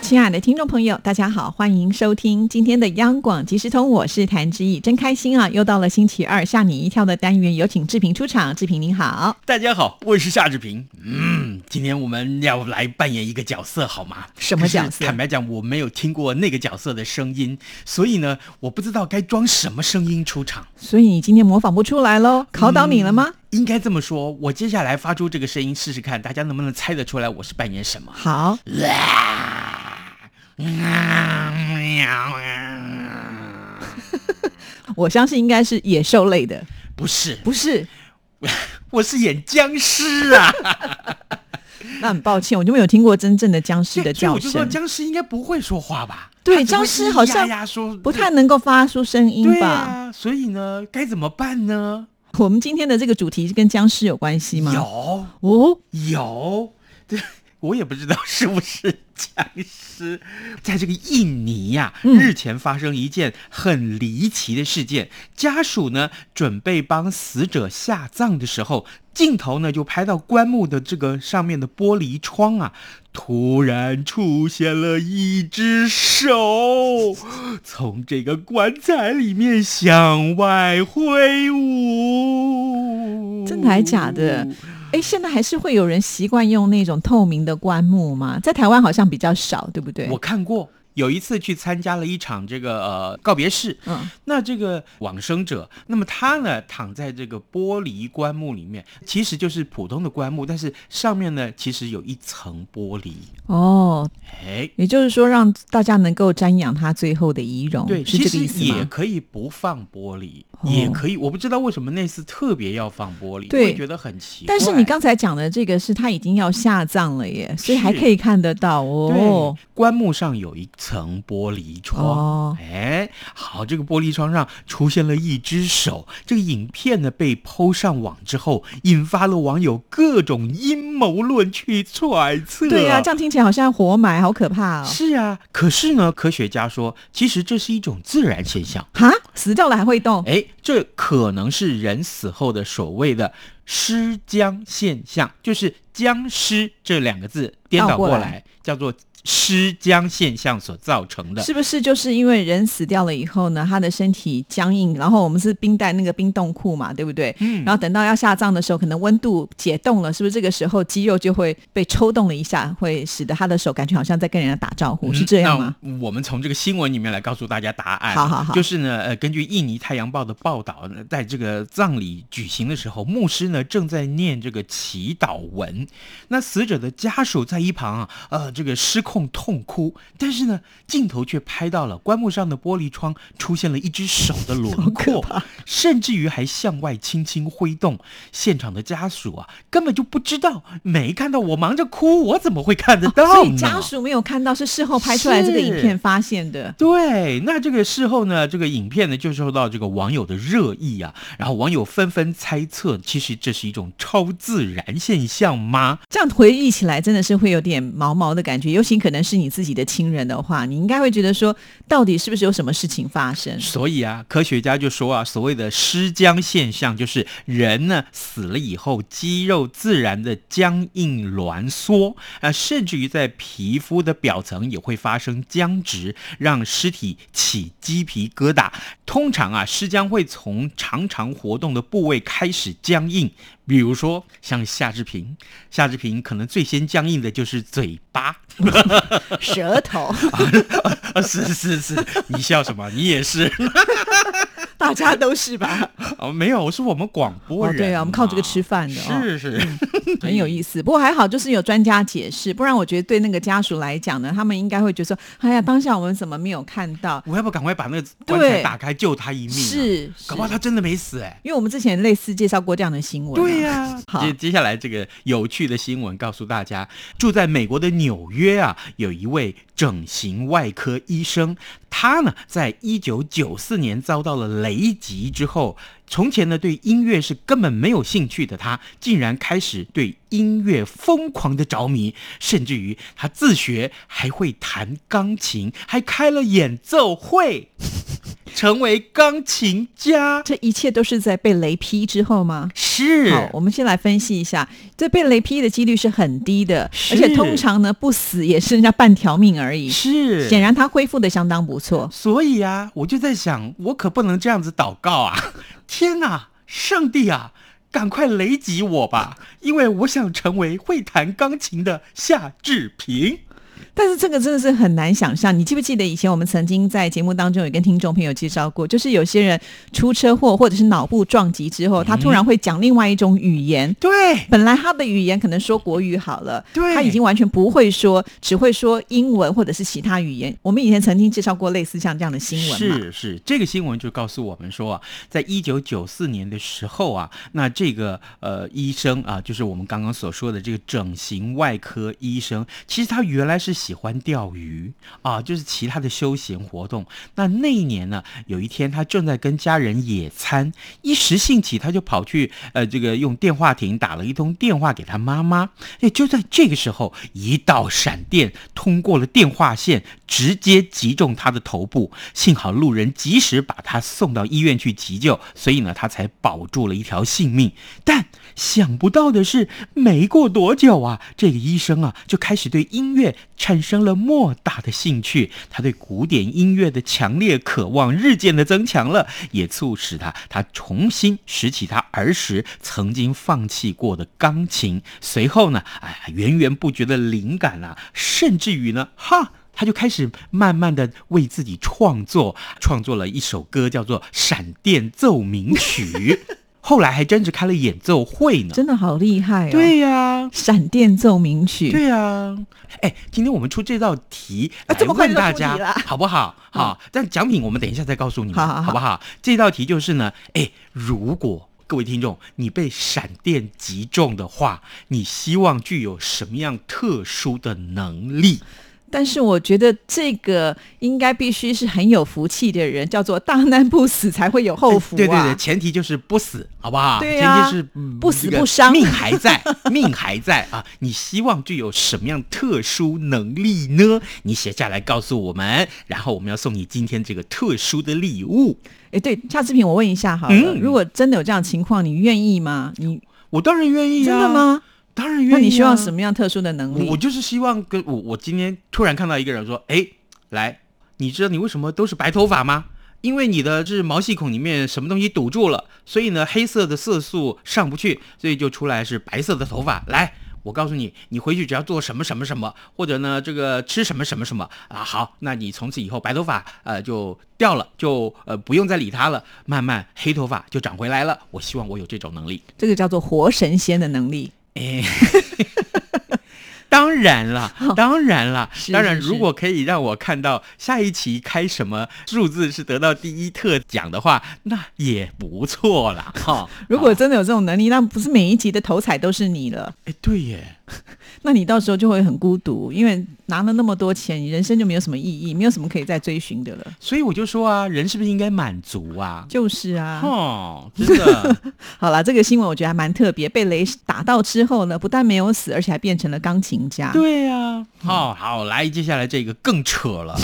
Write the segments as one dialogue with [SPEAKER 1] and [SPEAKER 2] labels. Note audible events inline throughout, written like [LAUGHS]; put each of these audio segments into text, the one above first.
[SPEAKER 1] 亲爱的听众朋友，大家好，欢迎收听今天的央广即时通，我是谭志毅，真开心啊！又到了星期二吓你一跳的单元，有请志平出场。志平您好，
[SPEAKER 2] 大家好，我是夏志平。嗯，今天我们要来扮演一个角色，好吗？
[SPEAKER 1] 什么角色
[SPEAKER 2] 可是坦白讲，我没有听过那个角色的声音，所以呢，我不知道该装什么声音出场。
[SPEAKER 1] 所以你今天模仿不出来喽，考倒你了吗？
[SPEAKER 2] 应该这么说，我接下来发出这个声音试试看，大家能不能猜得出来我是扮演什么？
[SPEAKER 1] 好，
[SPEAKER 2] 嗯
[SPEAKER 1] 我相信应该是野兽类的，
[SPEAKER 2] 不是，
[SPEAKER 1] 不是？
[SPEAKER 2] 我是演僵尸啊！
[SPEAKER 1] 那很抱歉，我就没有听过真正的僵
[SPEAKER 2] [LAUGHS]
[SPEAKER 1] 尸的
[SPEAKER 2] 所以
[SPEAKER 1] 叫
[SPEAKER 2] 我就说
[SPEAKER 1] 声。
[SPEAKER 2] 僵尸应该不会说话吧？
[SPEAKER 1] 对，
[SPEAKER 2] 它只会
[SPEAKER 1] 僵尸好像
[SPEAKER 2] 咿咿呀呀说
[SPEAKER 1] 不太能够发出声音
[SPEAKER 2] 对
[SPEAKER 1] 吧？
[SPEAKER 2] 啊，所以呢，该怎么办呢？
[SPEAKER 1] 我们今天的这个主题是跟僵尸有关系吗？
[SPEAKER 2] 有
[SPEAKER 1] 哦，
[SPEAKER 2] 有，对，我也不知道是不是僵尸。在这个印尼呀、
[SPEAKER 1] 嗯
[SPEAKER 2] 日前发生一件很离奇的事件，家属呢准备帮死者下葬的时候，镜头呢就拍到棺木的这个上面的玻璃窗啊。突然出现了一只手，从这个棺材里面向外挥舞。
[SPEAKER 1] 真的还假的？哎，现在还是会有人习惯用那种透明的棺木吗？在台湾好像比较少，对不对？
[SPEAKER 2] 我看过，有一次去参加了一场这个呃告别式，
[SPEAKER 1] 嗯，
[SPEAKER 2] 那这个往生者，那么他呢躺在这个玻璃棺木里面，其实就是普通的棺木，但是上面呢其实有一层玻璃，
[SPEAKER 1] 哦，
[SPEAKER 2] 哎。
[SPEAKER 1] 也就是说让大家能够瞻仰他最后的遗容，
[SPEAKER 2] 对，
[SPEAKER 1] 哦是
[SPEAKER 2] 其
[SPEAKER 1] 这个
[SPEAKER 2] 实
[SPEAKER 1] 意思
[SPEAKER 2] 也
[SPEAKER 1] 吗？
[SPEAKER 2] 可以不放玻璃，
[SPEAKER 1] 哦
[SPEAKER 2] 也可以。我不知道为什么那次特别要放玻璃，
[SPEAKER 1] 对
[SPEAKER 2] 我也觉得很奇怪。
[SPEAKER 1] 但是你刚才讲的这个是他已经要下葬了耶，所以还可以看得到哦
[SPEAKER 2] 对。，棺木上有一层玻璃窗
[SPEAKER 1] 哦，
[SPEAKER 2] 哎、好，这个玻璃窗上出现了一只手。这个影片呢被抛上网之后，引发了网友各种阴谋论去揣测。
[SPEAKER 1] 对啊呀、这样听起来好像活埋，好可怕哦！
[SPEAKER 2] 是啊。可是呢，科学家说，其实这是一种自然现象。
[SPEAKER 1] 哈，死掉了还会动？
[SPEAKER 2] 哎，这可能是人死后的所谓的尸僵现象，就是僵尸这两个字颠
[SPEAKER 1] 倒
[SPEAKER 2] 倒
[SPEAKER 1] 过
[SPEAKER 2] 过
[SPEAKER 1] 来
[SPEAKER 2] 来，叫做尸僵现象所造成的。
[SPEAKER 1] 是不是就是因为人死掉了以后呢，他的身体僵硬，然后我们是冰袋那个冰冻库嘛，对不对？
[SPEAKER 2] 嗯
[SPEAKER 1] 然后等到要下葬的时候，可能温度解冻了，是不是这个时候肌肉就会被抽动了一下，会使得他的手感觉好像在跟人家打招呼，是这样吗？？
[SPEAKER 2] 嗯那我们从这个新闻里面来告诉大家答案。
[SPEAKER 1] 好好好
[SPEAKER 2] 就是呢，呃，根据印尼《太阳报》的报道，呃在这个葬礼举行的时候，牧师呢正在念这个祈祷文，那死者的家属在一旁啊，呃，这个失控痛哭，但是呢，镜头却拍到了棺木上的玻璃窗出现了一只手的轮廓，甚至于还向外轻轻挥动。现场的家属啊，根本就不知道，没看到我忙着哭，我怎么会看得到
[SPEAKER 1] 哦所
[SPEAKER 2] 呢？
[SPEAKER 1] 以家属没有看到，是事后拍出来这个影片
[SPEAKER 2] 是
[SPEAKER 1] 发现的。
[SPEAKER 2] 对，那这个事后呢，这个影片呢就受到这个网友的热议啊，然后网友纷纷猜测，其实这是一种超自然现象吗？
[SPEAKER 1] 这样回忆起来，真的是会有点毛毛的感觉，尤其可能是你自己的亲人的话，你应该会觉得说，到底是不是有什么事情发生？
[SPEAKER 2] 所以啊，科学家就说啊，所谓的尸僵现象，就是人呢死了以后，肌肉自然的僵硬挛缩啊，甚至于在皮肤的表层也会发生僵直，让尸体起鸡皮疙瘩。通常啊，尸僵会从常常活动的部位开始僵硬，比如说像夏志平，夏志平可能最先僵硬的就是嘴巴。
[SPEAKER 1] 舌头，
[SPEAKER 2] 啊，是是是，你笑什么？你也是。
[SPEAKER 1] [LAUGHS] 大家都是吧？ [LAUGHS]
[SPEAKER 2] 哦，没有，我是我们广播
[SPEAKER 1] 哦
[SPEAKER 2] 人嘛、
[SPEAKER 1] 对啊我们靠这个吃饭的哦
[SPEAKER 2] 是是，
[SPEAKER 1] 很有意思，不过还好，就是有专家解释，不然我觉得对那个家属来讲呢，他们应该会觉得说，哎呀，当下我们怎么没有看到？
[SPEAKER 2] [LAUGHS] 我要不赶快把那个
[SPEAKER 1] 对
[SPEAKER 2] 棺材打开救他一命、
[SPEAKER 1] [LAUGHS]
[SPEAKER 2] 啊？，
[SPEAKER 1] 是，
[SPEAKER 2] 搞不好
[SPEAKER 1] 是
[SPEAKER 2] 他真的没死哎、
[SPEAKER 1] 因为我们之前类似介绍过这样的新闻、啊
[SPEAKER 2] 对、呀、 [LAUGHS]
[SPEAKER 1] 好
[SPEAKER 2] 啊接接下来这个有趣的新闻告诉大家，住在美国的纽约啊，有一位整形外科医生，他呢在一九九四年遭到了雷雷击之后，从前呢对音乐是根本没有兴趣的他，竟然开始对音乐疯狂的着迷，甚至于他自学还会弹钢琴，还开了演奏会，成为钢琴家。
[SPEAKER 1] 这一切都是在被雷劈之后吗？
[SPEAKER 2] 是，
[SPEAKER 1] 好，我们先来分析一下，这被雷劈的几率是很低的，
[SPEAKER 2] 是
[SPEAKER 1] 而且通常呢不死也是人家半条命而已。
[SPEAKER 2] 是，
[SPEAKER 1] 显然他恢复的相当不错。
[SPEAKER 2] 所以啊，我就在想，我可不能这样子祷告啊！ [LAUGHS] 天哪，上帝啊，赶快雷击我吧，因为我想成为会弹钢琴的夏志平。
[SPEAKER 1] 但是这个真的是很难想象。你记不记得以前我们曾经在节目当中有跟听众朋友介绍过，就是有些人出车祸或者是脑部撞击之
[SPEAKER 2] 嗯
[SPEAKER 1] 后，他突然会讲另外一种语言。
[SPEAKER 2] 对，
[SPEAKER 1] 本来他的语言可能说国语好了，
[SPEAKER 2] 对
[SPEAKER 1] 他已经完全不会说，只会说英文或者是其他语言。我们以前曾经介绍过类似像这样的新闻嘛，
[SPEAKER 2] 是是，这个新闻就告诉我们说啊，在一九九四年的时候啊，那这个呃医生啊，就是我们刚刚所说的这个整形外科医生，其实他原来是喜欢钓鱼啊，就是其他的休闲活动。那那一年呢，有一天他正在跟家人野餐，一时兴起，他就跑去呃这个用电话亭打了一通电话给他妈妈。也哎就在这个时候，一道闪电通过了电话线，直接击中他的头部。幸好路人及时把他送到医院去急救，所以呢，他才保住了一条性命。但想不到的是，没过多久啊，这个医生啊就开始对音乐产生了莫大的兴趣。他对古典音乐的强烈渴望日渐的增强了，也促使他他重新拾起他儿时曾经放弃过的钢琴。随后呢，哎，源源不绝的灵感啊，甚至于呢，哈。他就开始慢慢的为自己创作，创作了一首歌，叫做《闪电奏鸣
[SPEAKER 1] [LAUGHS]
[SPEAKER 2] 曲》。后来还真是开了演奏会呢。
[SPEAKER 1] 真的好厉害哦！，
[SPEAKER 2] 对呀、
[SPEAKER 1] 闪电奏鸣曲，
[SPEAKER 2] 对呀。哎，今天我们出这道题
[SPEAKER 1] 啊
[SPEAKER 2] 来
[SPEAKER 1] 这么快
[SPEAKER 2] 问
[SPEAKER 1] 就
[SPEAKER 2] 大
[SPEAKER 1] 出题了
[SPEAKER 2] 家好
[SPEAKER 1] [LAUGHS]
[SPEAKER 2] 不好？好，但奖品我们等一下再告诉你们，
[SPEAKER 1] 好好好
[SPEAKER 2] 不好？这道题就是呢，哎，如果各位听众你被闪电击中的话，你希望具有什么样特殊的能力？
[SPEAKER 1] 但是我觉得这个应该必须是很有福气的人，叫做大难不死才会有后福、啊
[SPEAKER 2] 哎对对对，前提就是不死，好不好？
[SPEAKER 1] 对呀
[SPEAKER 2] 前提是、嗯
[SPEAKER 1] 不死
[SPEAKER 2] 这个
[SPEAKER 1] 不伤
[SPEAKER 2] 命还在， [LAUGHS] 命还在啊！你希望具有什么样特殊能力呢？你写下来告诉我们，然后我们要送你今天这个特殊的礼物。
[SPEAKER 1] 哎，对，夏志平，我问一下好了，
[SPEAKER 2] 嗯
[SPEAKER 1] 如果真的有这样的情况，你愿意吗？你
[SPEAKER 2] 我当然愿意、啊，
[SPEAKER 1] 真的？吗？
[SPEAKER 2] 当然愿意、啊
[SPEAKER 1] 那你希望什
[SPEAKER 2] 么？
[SPEAKER 1] 么样特殊的能
[SPEAKER 2] 我
[SPEAKER 1] 力
[SPEAKER 2] 我？就是希望跟我我今天突然看到一个人说，哎，来，你知道你为什么都是白头发吗？因为你的这毛细孔里面什么东西堵住了，所以呢黑色的色素上不去，所以就出来是白色的头发。来，我告诉你，你回去只要做什么什么什么，或者呢这个吃什么什么什么啊，好，那你从此以后白头发呃就掉了，就呃不用再理它了，慢慢黑头发就长回来了。我希望我有这种能力。
[SPEAKER 1] 这个叫做活神仙的能力。
[SPEAKER 2] 哎，当然了，当然了，
[SPEAKER 1] 是
[SPEAKER 2] 当然，
[SPEAKER 1] 是
[SPEAKER 2] 如果可以让我看到下一期开什么数字是得到第一特奖的话，那也不错啦。哈、
[SPEAKER 1] 如果真的有这种能力，那不是每一集的头彩都是你了，
[SPEAKER 2] 哎，对耶，
[SPEAKER 1] 那你到时候就会很孤独，因为拿了那么多钱，你人生就没有什么意义，没有什么可以再追寻的了。
[SPEAKER 2] 所以我就说啊，人是不是应该满足啊？
[SPEAKER 1] 就是啊，
[SPEAKER 2] [LAUGHS] 哦，真的
[SPEAKER 1] 好了，这个新闻我觉得还蛮特别。被雷打到之后呢，不但没有死，而且还变成了钢琴家。
[SPEAKER 2] 对啊呀、好、哦好，来，接下来这个更扯了。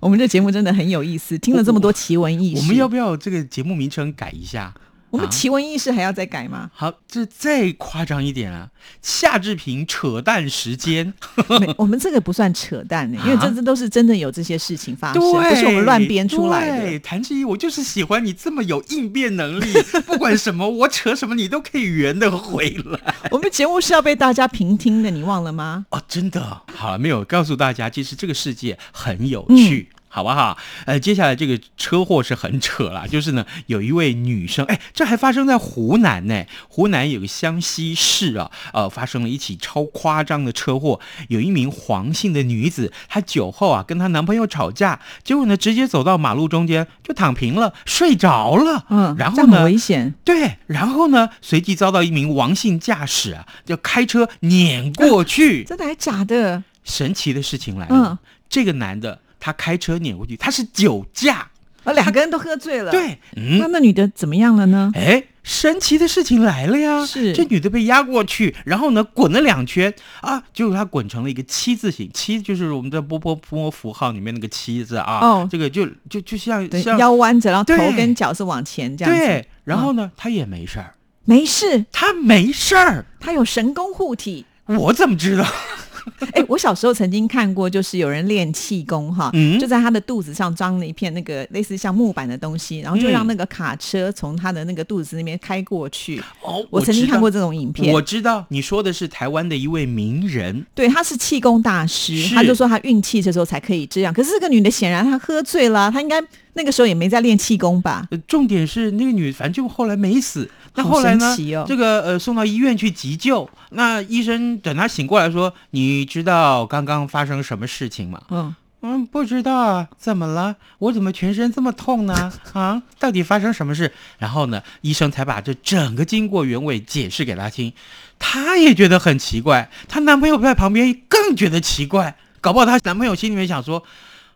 [SPEAKER 1] 我们这节目真的很有意思，听了这么多奇闻异事。
[SPEAKER 2] 我们要不要这个节目名称改一下？
[SPEAKER 1] 我们奇闻异事还要再改
[SPEAKER 2] [LAUGHS]
[SPEAKER 1] 吗？
[SPEAKER 2] 好，这再夸张一点啊！夏志平扯淡时间，
[SPEAKER 1] 没，我们这个不算扯淡呢、
[SPEAKER 2] [LAUGHS] 啊
[SPEAKER 1] 因为这这都是真的有这些事情发生，
[SPEAKER 2] 对，
[SPEAKER 1] 不是我们乱编出来的。
[SPEAKER 2] 对，谭志毅，我就是喜欢你这么有应变能力， [LAUGHS] 不管什么我扯什么，你都可以圆得回来。
[SPEAKER 1] 我们节目是要被大家评听的，你忘了吗？
[SPEAKER 2] 哦，真的，好了，没有告诉大家，其实这个世界很有趣。
[SPEAKER 1] 嗯
[SPEAKER 2] 好不好？呃，接下来这个车祸是很扯啦，就是呢，有一位女生，哎，这还发生在湖南呢。湖南有个湘西市啊，呃，发生了一起超夸张的车祸，有一名黄姓的女子，她酒后啊跟她男朋友吵架，结果呢直接走到马路中间就躺平了，睡着了。
[SPEAKER 1] 嗯，
[SPEAKER 2] 然
[SPEAKER 1] 这
[SPEAKER 2] 后
[SPEAKER 1] 样很
[SPEAKER 2] 呢，
[SPEAKER 1] 危险。
[SPEAKER 2] 对，然后呢，随即遭到一名王姓驾驶啊，就开车碾过去。
[SPEAKER 1] 真的还假的？
[SPEAKER 2] 神奇的事情来了，
[SPEAKER 1] 嗯
[SPEAKER 2] 这个男的他开车碾过去，他是酒驾，
[SPEAKER 1] 哦，两个人都喝醉了。，
[SPEAKER 2] 对，
[SPEAKER 1] 那
[SPEAKER 2] 嗯，
[SPEAKER 1] 那女的怎么样了呢？
[SPEAKER 2] 哎，神奇的事情来了呀！
[SPEAKER 1] 是
[SPEAKER 2] 这女的被压过去，然后呢，滚了两圈啊，结果她滚成了一个七字形，七就是我们的波波波符号里面那个七字啊。
[SPEAKER 1] 哦
[SPEAKER 2] 这个就就就像
[SPEAKER 1] 对，
[SPEAKER 2] 像
[SPEAKER 1] 腰弯着，然后头
[SPEAKER 2] 对
[SPEAKER 1] 跟脚是往前这样子。嗯
[SPEAKER 2] 对，然后呢，她也没事儿，
[SPEAKER 1] 没事，
[SPEAKER 2] 她没事儿，
[SPEAKER 1] 她有神功护体。
[SPEAKER 2] 我怎么知道？
[SPEAKER 1] 哎，我小时候曾经看过，就是有人练气功哈，
[SPEAKER 2] 嗯
[SPEAKER 1] 就在他的肚子上装了一片那个类似像木板的东西，然后就
[SPEAKER 2] 嗯
[SPEAKER 1] 让那个卡车从他的那个肚子那边开过去。
[SPEAKER 2] 哦，
[SPEAKER 1] 我曾经
[SPEAKER 2] 知道
[SPEAKER 1] 看过这种影片
[SPEAKER 2] 我，知道你说的是台湾的一位名人，
[SPEAKER 1] 对，他是气功大师，
[SPEAKER 2] 是
[SPEAKER 1] 他就说他运气这时候才可以这样。可是这个女的显然她喝醉了，她应该那个时候也没在练气功吧？
[SPEAKER 2] 呃重点是那个女，反正就后来没死。那
[SPEAKER 1] 好
[SPEAKER 2] 后来呢
[SPEAKER 1] 神奇？哦
[SPEAKER 2] 这个呃送到医院去急救，那医生等她醒过来说：“你知道刚刚发生什么事情吗
[SPEAKER 1] 嗯，？”
[SPEAKER 2] 嗯，不知道啊，怎么了？我怎么全身这么痛呢？啊，到底发生什么事？然后呢，医生才把这整个经过原委解释给她听。她也觉得很奇怪，她男朋友在旁边更觉得奇怪。搞不好她男朋友心里面想说：“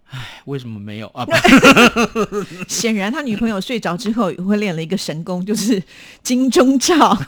[SPEAKER 2] 哎，为什么没有啊？”不
[SPEAKER 1] 显然他女朋友睡着之后也会练了一个神功，就是金钟
[SPEAKER 2] [LAUGHS]
[SPEAKER 1] 罩。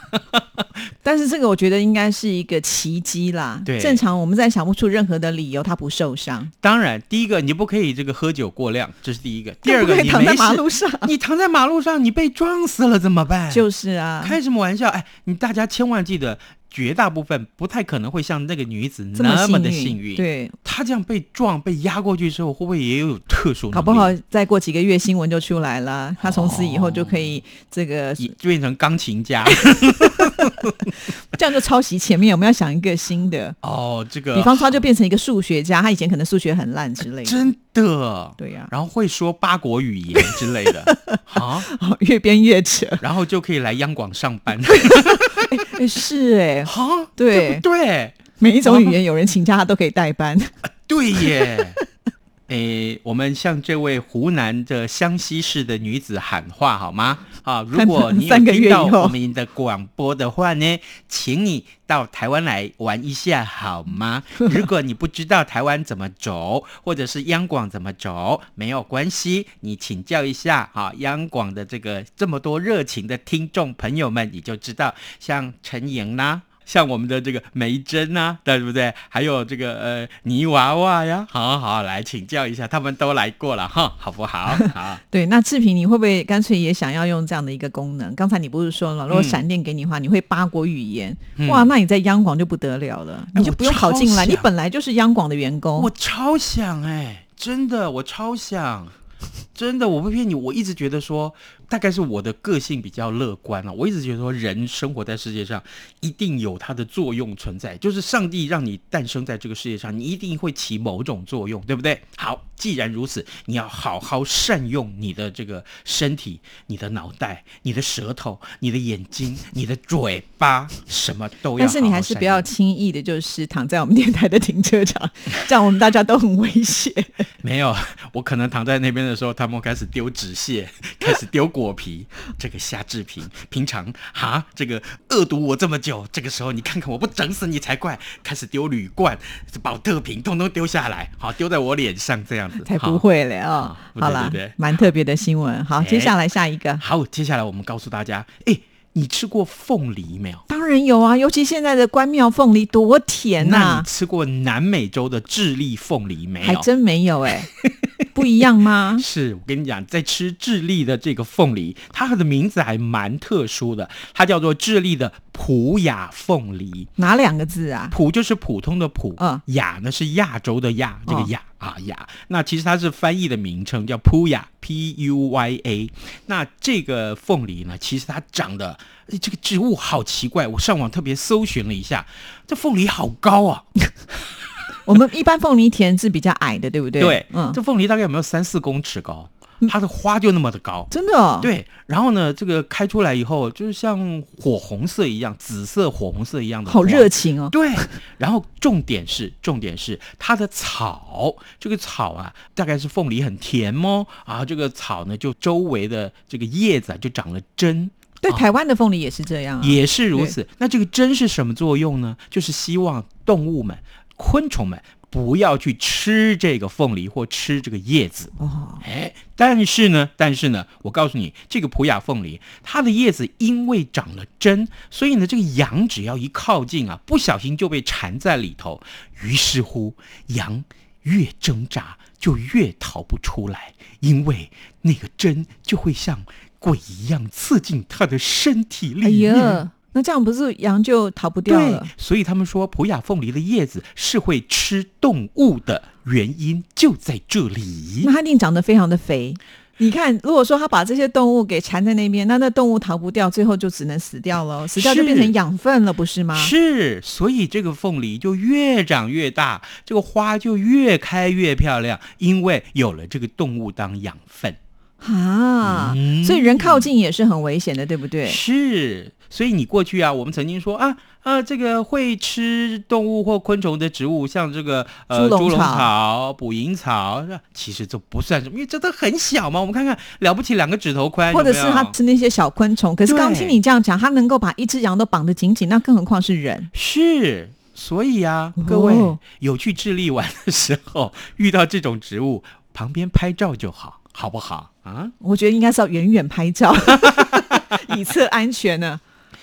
[SPEAKER 1] 但是这个我觉得应该是一个奇迹啦。
[SPEAKER 2] 对
[SPEAKER 1] 正常我们再想不出任何的理由他不受伤。
[SPEAKER 2] 当然，第一个你不可以这个喝酒过量，这是第一个。第二
[SPEAKER 1] 更不
[SPEAKER 2] 个，
[SPEAKER 1] 可
[SPEAKER 2] 你
[SPEAKER 1] 以躺
[SPEAKER 2] 没
[SPEAKER 1] 在
[SPEAKER 2] 事，
[SPEAKER 1] 马路上，
[SPEAKER 2] [LAUGHS] 你躺在马路上，你被撞死了怎么
[SPEAKER 1] [LAUGHS]
[SPEAKER 2] 办？
[SPEAKER 1] 就是啊，
[SPEAKER 2] 开什么玩笑？哎，你大家千万记得，绝大部分不太可能会像那个女子
[SPEAKER 1] 这么
[SPEAKER 2] 那么的幸
[SPEAKER 1] 运，
[SPEAKER 2] 运。，
[SPEAKER 1] 对，
[SPEAKER 2] 她这样被撞、被压过去之后，会不会也有特殊能力？
[SPEAKER 1] 搞不好再过几个月新闻就出来了，他从此以后就可以这个
[SPEAKER 2] 哦也变成钢
[SPEAKER 1] [LAUGHS]
[SPEAKER 2] 琴家？
[SPEAKER 1] 这样就抄袭前面，我们要想一个新
[SPEAKER 2] [LAUGHS]
[SPEAKER 1] 的，
[SPEAKER 2] 哦，这
[SPEAKER 1] 比
[SPEAKER 2] 个
[SPEAKER 1] 方说他就变成一个数学家，他以前可能数学很烂之类的。
[SPEAKER 2] [LAUGHS] 真的。
[SPEAKER 1] 对呀、
[SPEAKER 2] 然后会说八国语言之类
[SPEAKER 1] [LAUGHS]
[SPEAKER 2] 的啊，
[SPEAKER 1] 哦越编越
[SPEAKER 2] [LAUGHS]
[SPEAKER 1] 扯，
[SPEAKER 2] 然后就可以来央广上班
[SPEAKER 1] 哎是哎、
[SPEAKER 2] 啊，
[SPEAKER 1] 对
[SPEAKER 2] 不对？
[SPEAKER 1] 每一种语言有人请假他都可以代班。 [LAUGHS]
[SPEAKER 2] 对耶。 [LAUGHS] 诶，我们向这位湖南的湘西市的女子喊话好吗？啊，如果你有
[SPEAKER 1] 三个月以
[SPEAKER 2] 听到
[SPEAKER 1] 后
[SPEAKER 2] 我们的广播的话呢，请你到台湾来玩一下好吗？如果你不知道台湾怎么走，或者是央广怎么走，没有关系，你请教一下啊，央广的这个这么多热情的听众朋友们，你就知道，像陈莹啦、像我们的这个梅珍呐、对不对？还有这个呃泥娃娃呀，好好来请教一下，他们都来过了哈，好不好？好，
[SPEAKER 1] 对，那志平，你会不会干脆也想要用这样的一个功能？刚才你不是说了，如果
[SPEAKER 2] 嗯
[SPEAKER 1] 闪电给你的话，你会八国语言，
[SPEAKER 2] 嗯
[SPEAKER 1] 哇，那你在央广就不得了了，
[SPEAKER 2] 哎
[SPEAKER 1] 你就不用考进来，
[SPEAKER 2] 我超
[SPEAKER 1] 你
[SPEAKER 2] 想
[SPEAKER 1] 本来就是央广的员工。
[SPEAKER 2] 我超想哎、真的，我超想。真的，我不骗你，我一直觉得说，大概是我的个性比较乐观啊了、我一直觉得说，人生活在世界上一定有它的作用存在，就是上帝让你诞生在这个世界上，你一定会起某种作用，对不对？好，既然如此，你要好好善用你的这个身体、你的脑袋、你的舌头、你的眼睛、你的嘴巴，什么都要好好善用。
[SPEAKER 1] 但是你还是不要轻易的，就是躺在我们电台的停车场， [LAUGHS] 这样我们大家都很危
[SPEAKER 2] [LAUGHS]
[SPEAKER 1] 险。
[SPEAKER 2] 没有，我可能躺在那边的时候，他们开始丢纸屑， [LAUGHS] 开始丢果皮。 [LAUGHS] 这个夏志平，平常哈，这个恶毒我这么久，这个时候你看看我不整死你才怪！开始丢铝罐、保特瓶，通通丢下来，好丢在我脸上这样子。
[SPEAKER 1] 才
[SPEAKER 2] 好
[SPEAKER 1] 不。会嘞哦！
[SPEAKER 2] 好
[SPEAKER 1] 好
[SPEAKER 2] 对
[SPEAKER 1] 啦
[SPEAKER 2] 对对，
[SPEAKER 1] 蛮特别的新闻。好，
[SPEAKER 2] 哎
[SPEAKER 1] 接下来下一个，
[SPEAKER 2] 好，接下来我们告诉大家，哎，你吃过凤梨没有？
[SPEAKER 1] 当然有啊，尤其现在的关庙凤梨多甜
[SPEAKER 2] 那
[SPEAKER 1] 呐
[SPEAKER 2] 你、吃过南美洲的智利凤梨没
[SPEAKER 1] 还
[SPEAKER 2] 有？
[SPEAKER 1] 真没有哎、不一样吗？
[SPEAKER 2] 是我跟你讲，在吃智利的这个凤梨，它的名字还蛮特殊的，它叫做智利的普雅凤梨。
[SPEAKER 1] 哪两个字啊？
[SPEAKER 2] 普就是普通的普，
[SPEAKER 1] 嗯
[SPEAKER 2] 雅呢是亚洲的亚，这个
[SPEAKER 1] 哦
[SPEAKER 2] 亚、啊亚。那其实它是翻译的名称叫普雅 （P U Y A）。那这个凤梨呢，其实它长得哎这个植物好奇怪，我上网特别搜寻了一下，这凤梨好高啊！
[SPEAKER 1] 我们一般凤梨田是比较矮的，对不对？嗯，
[SPEAKER 2] 这凤梨大概有没有三四公尺高？它的花就那么的高。
[SPEAKER 1] 真的、哦。，
[SPEAKER 2] 对，然后呢，这个开出来以后，就是像火红色一样，紫色、火红色一样的，
[SPEAKER 1] 好热。情哦。
[SPEAKER 2] 对，然后重点是，重点是它的草，这个草啊，大概是凤梨很甜哦，啊，这个草呢，就周围的这个叶子啊，就长了针，
[SPEAKER 1] 对，
[SPEAKER 2] 啊
[SPEAKER 1] 台湾的凤梨也是这样、啊。
[SPEAKER 2] 也是如此。那这个针是什么作用呢？就是希望动物们、昆虫们不要去吃这个凤梨或吃这个叶子。
[SPEAKER 1] 哦，
[SPEAKER 2] 哎，但是呢，但是呢，我告诉你，这个普雅凤梨，它的叶子因为长了针，所以呢，这个羊只要一靠近啊，不小心就被缠在里头。于是乎，羊越挣扎就越逃不出来，因为那个针就会像鬼一样刺进它的身体
[SPEAKER 1] 哎
[SPEAKER 2] 里面。
[SPEAKER 1] 呀，那这样不是羊就逃不掉
[SPEAKER 2] 对
[SPEAKER 1] 了？，
[SPEAKER 2] 所以他们说普雅凤梨的叶子是会吃动物的原因就在这里。
[SPEAKER 1] 那它一定长得非常的肥。你看，如果说它把这些动物给缠在那边，那那动物逃不掉，最后就只能死掉了，死掉就是变成养分了，不是吗？
[SPEAKER 2] 是，所以这个凤梨就越长越大，这个花就越开越漂亮，因为有了这个动物当养分。
[SPEAKER 1] 啊，
[SPEAKER 2] 嗯
[SPEAKER 1] 所以人靠近也是很危险的，对不对？
[SPEAKER 2] 是，所以你过去啊，我们曾经说啊啊，这个会吃动物或昆虫的植物，像这个呃
[SPEAKER 1] 猪笼
[SPEAKER 2] 猪笼
[SPEAKER 1] 草
[SPEAKER 2] 草、捕蝇草，是吧其实这不算什么，因为这都很小嘛。我们看看，了不起两个指头宽，
[SPEAKER 1] 或者
[SPEAKER 2] 有没
[SPEAKER 1] 是
[SPEAKER 2] 有
[SPEAKER 1] 它吃那些小昆虫，可是
[SPEAKER 2] 对
[SPEAKER 1] 刚听你这样讲，它能够把一只羊都绑得紧紧，那更何况是人？
[SPEAKER 2] 是，所以啊，各位、
[SPEAKER 1] 哦
[SPEAKER 2] 有去智利玩的时候，遇到这种植物，旁边拍照就好，好不好啊？
[SPEAKER 1] 我觉得应该是要远远拍
[SPEAKER 2] [LAUGHS]
[SPEAKER 1] 照，以测安全呢。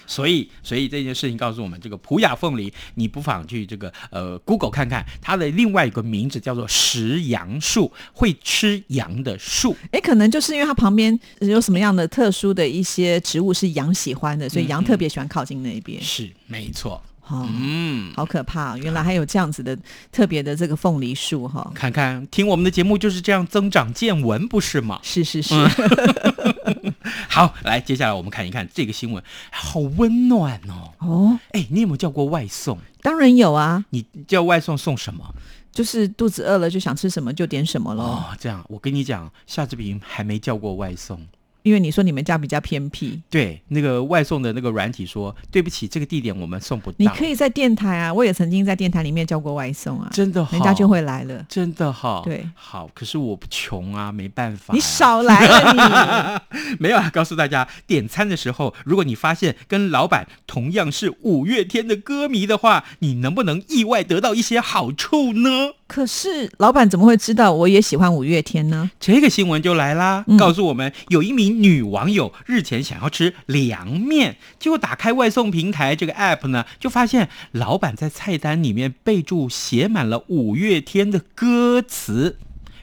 [SPEAKER 2] 所以，所以这件事情告诉我们，这个普雅凤梨，你不妨去这个呃 Google 看看，它的另外一个名字叫做食杨树，会吃羊的树。
[SPEAKER 1] 诶，可能就是因为它旁边有什么样的特殊的一些植物是羊喜欢的，所以羊特别喜欢靠近那边。
[SPEAKER 2] 是，没错。
[SPEAKER 1] 哦，
[SPEAKER 2] 嗯，
[SPEAKER 1] 好可怕、哦！原来还有这样子的特别的这个凤梨树哈、
[SPEAKER 2] 看看听我们的节目就是这样增长见闻，不是吗？
[SPEAKER 1] 是是是，
[SPEAKER 2] 嗯好，来，接下来我们看一看这个新闻，好温暖哦。
[SPEAKER 1] [LAUGHS] 哦，
[SPEAKER 2] 哎，你有没有叫过外送？
[SPEAKER 1] 当然有啊，
[SPEAKER 2] 你叫外送送什么？
[SPEAKER 1] 就是肚子饿了就想吃什么就点什么喽。
[SPEAKER 2] 哦，这样，我跟你讲，夏志平还没叫过外送。
[SPEAKER 1] 因为你说你们家比较偏僻，
[SPEAKER 2] 对，那个外送的那个软体说，对不起，这个地点我们送不到。
[SPEAKER 1] 你可以在电台啊，我也曾经在电台里面叫过外送啊，
[SPEAKER 2] 真的好，
[SPEAKER 1] 人家就会来了。
[SPEAKER 2] 真的好，
[SPEAKER 1] 对
[SPEAKER 2] 好，可是我不穷啊，没办法、 [LAUGHS]
[SPEAKER 1] 你，少来了
[SPEAKER 2] 没有啊。告诉大家，点餐的时候，如果你发现跟老板同样是五月天的歌迷的话，你能不能意外得到一些好处呢？
[SPEAKER 1] 你！可是老板怎么会知道我也喜欢五月天呢？
[SPEAKER 2] 这个新闻就来啦，
[SPEAKER 1] 嗯
[SPEAKER 2] 告诉我们有一名女网友日前想要吃凉面，结果打开外送平台这个 app 呢，就发现老板在菜单里面备注写满了五月天的歌词。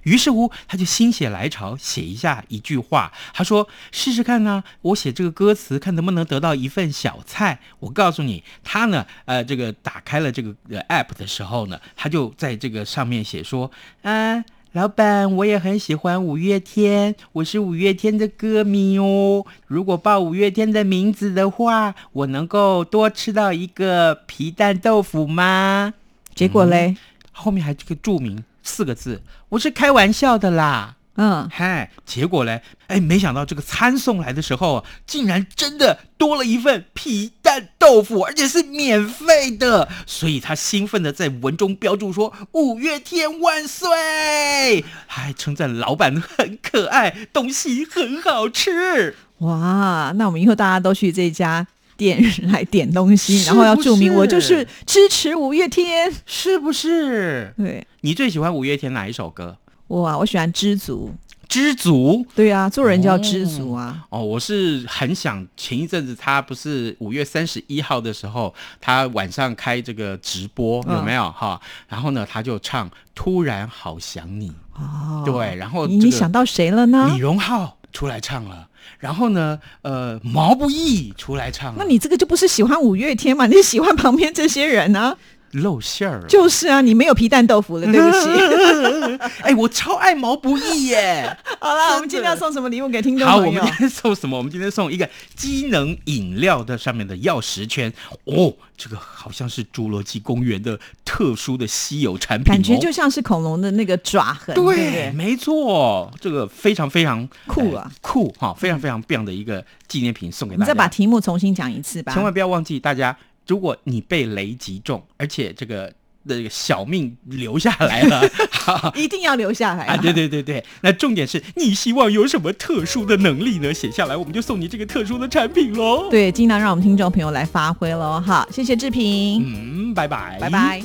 [SPEAKER 2] 于是乎，他就心血来潮写一下一句话，他说：“试试看呢、我写这个歌词，看能不能得到一份小菜。”我告诉你，他呢，呃，这个打开了这个呃 app 的时候呢，他就在这个上面写说：“啊，老板，我也很喜欢五月天，我是五月天的歌迷哦。如果报五月天的名字的话，我能够多吃到一个皮蛋豆腐吗？”
[SPEAKER 1] 结
[SPEAKER 2] 嗯
[SPEAKER 1] 果嘞，
[SPEAKER 2] 后面还这个注明四个字，我是开玩笑的啦。
[SPEAKER 1] 嗯，
[SPEAKER 2] 嗨，结果嘞，哎，没想到这个餐送来的时候啊，竟然真的多了一份皮蛋豆腐，而且是免费的，所以他兴奋的在文中标注说“五月天万岁”，还称赞老板很可爱，东西很好吃。
[SPEAKER 1] 哇，那我们以后大家都去这家店来点东西，
[SPEAKER 2] 是
[SPEAKER 1] 然后要注明
[SPEAKER 2] 不是
[SPEAKER 1] 我就是支持五月天。
[SPEAKER 2] 是不是？
[SPEAKER 1] 对，
[SPEAKER 2] 你最喜欢五月天哪一首歌？
[SPEAKER 1] 哇，我喜欢知足。
[SPEAKER 2] 知足。
[SPEAKER 1] 对啊，做人就要知足啊。
[SPEAKER 2] 哦，我是很想前一阵子他不是五月三十一号的时候，他晚上开这个直播
[SPEAKER 1] 嗯
[SPEAKER 2] 有没有哈？然后呢，他就唱《突然好想你》，
[SPEAKER 1] 哦，
[SPEAKER 2] 嗯对，然后
[SPEAKER 1] 你你
[SPEAKER 2] 这
[SPEAKER 1] 想
[SPEAKER 2] 个
[SPEAKER 1] 到谁了呢
[SPEAKER 2] 李？荣浩出来唱了，然后呢，呃，毛不易出来唱了，
[SPEAKER 1] 那你这个就不是喜欢五月天嘛？你是喜欢旁边这些人
[SPEAKER 2] [LAUGHS]
[SPEAKER 1] 啊？
[SPEAKER 2] 露馅儿了，
[SPEAKER 1] 就是啊，你没有皮蛋豆腐了，对不起。
[SPEAKER 2] [LAUGHS] 哎，我超爱毛不
[SPEAKER 1] [LAUGHS]
[SPEAKER 2] 易耶。
[SPEAKER 1] 好啦，我们今天要送什么礼物给听众
[SPEAKER 2] 好，
[SPEAKER 1] 朋
[SPEAKER 2] 我们
[SPEAKER 1] 友
[SPEAKER 2] 今？天送什么？我们今天送一个机能饮料的上面的钥匙圈哦，这个好像是侏罗纪公园的特殊的稀有产品、哦，
[SPEAKER 1] 感觉就像是恐龙的那个爪痕，对
[SPEAKER 2] 对，
[SPEAKER 1] 不对？
[SPEAKER 2] 没错，这个非常非常
[SPEAKER 1] 酷啊
[SPEAKER 2] 呃酷哈、非常非常棒的一个纪念品送给
[SPEAKER 1] 你
[SPEAKER 2] 大家。
[SPEAKER 1] 再把题目重新讲一次吧。
[SPEAKER 2] 千万不要忘记，大家如果你被雷击中，而且这个那、这个小命留下来了。 [LAUGHS] 哈
[SPEAKER 1] 一定要留下来
[SPEAKER 2] 啊，对对对对，那重点是你希望有什么特殊的能力呢？写下来，我们就送你这个特殊的产品喽。
[SPEAKER 1] 对，尽量让我们听众朋友来发挥喽。好，谢谢志平，
[SPEAKER 2] 嗯，拜拜，
[SPEAKER 1] 拜拜。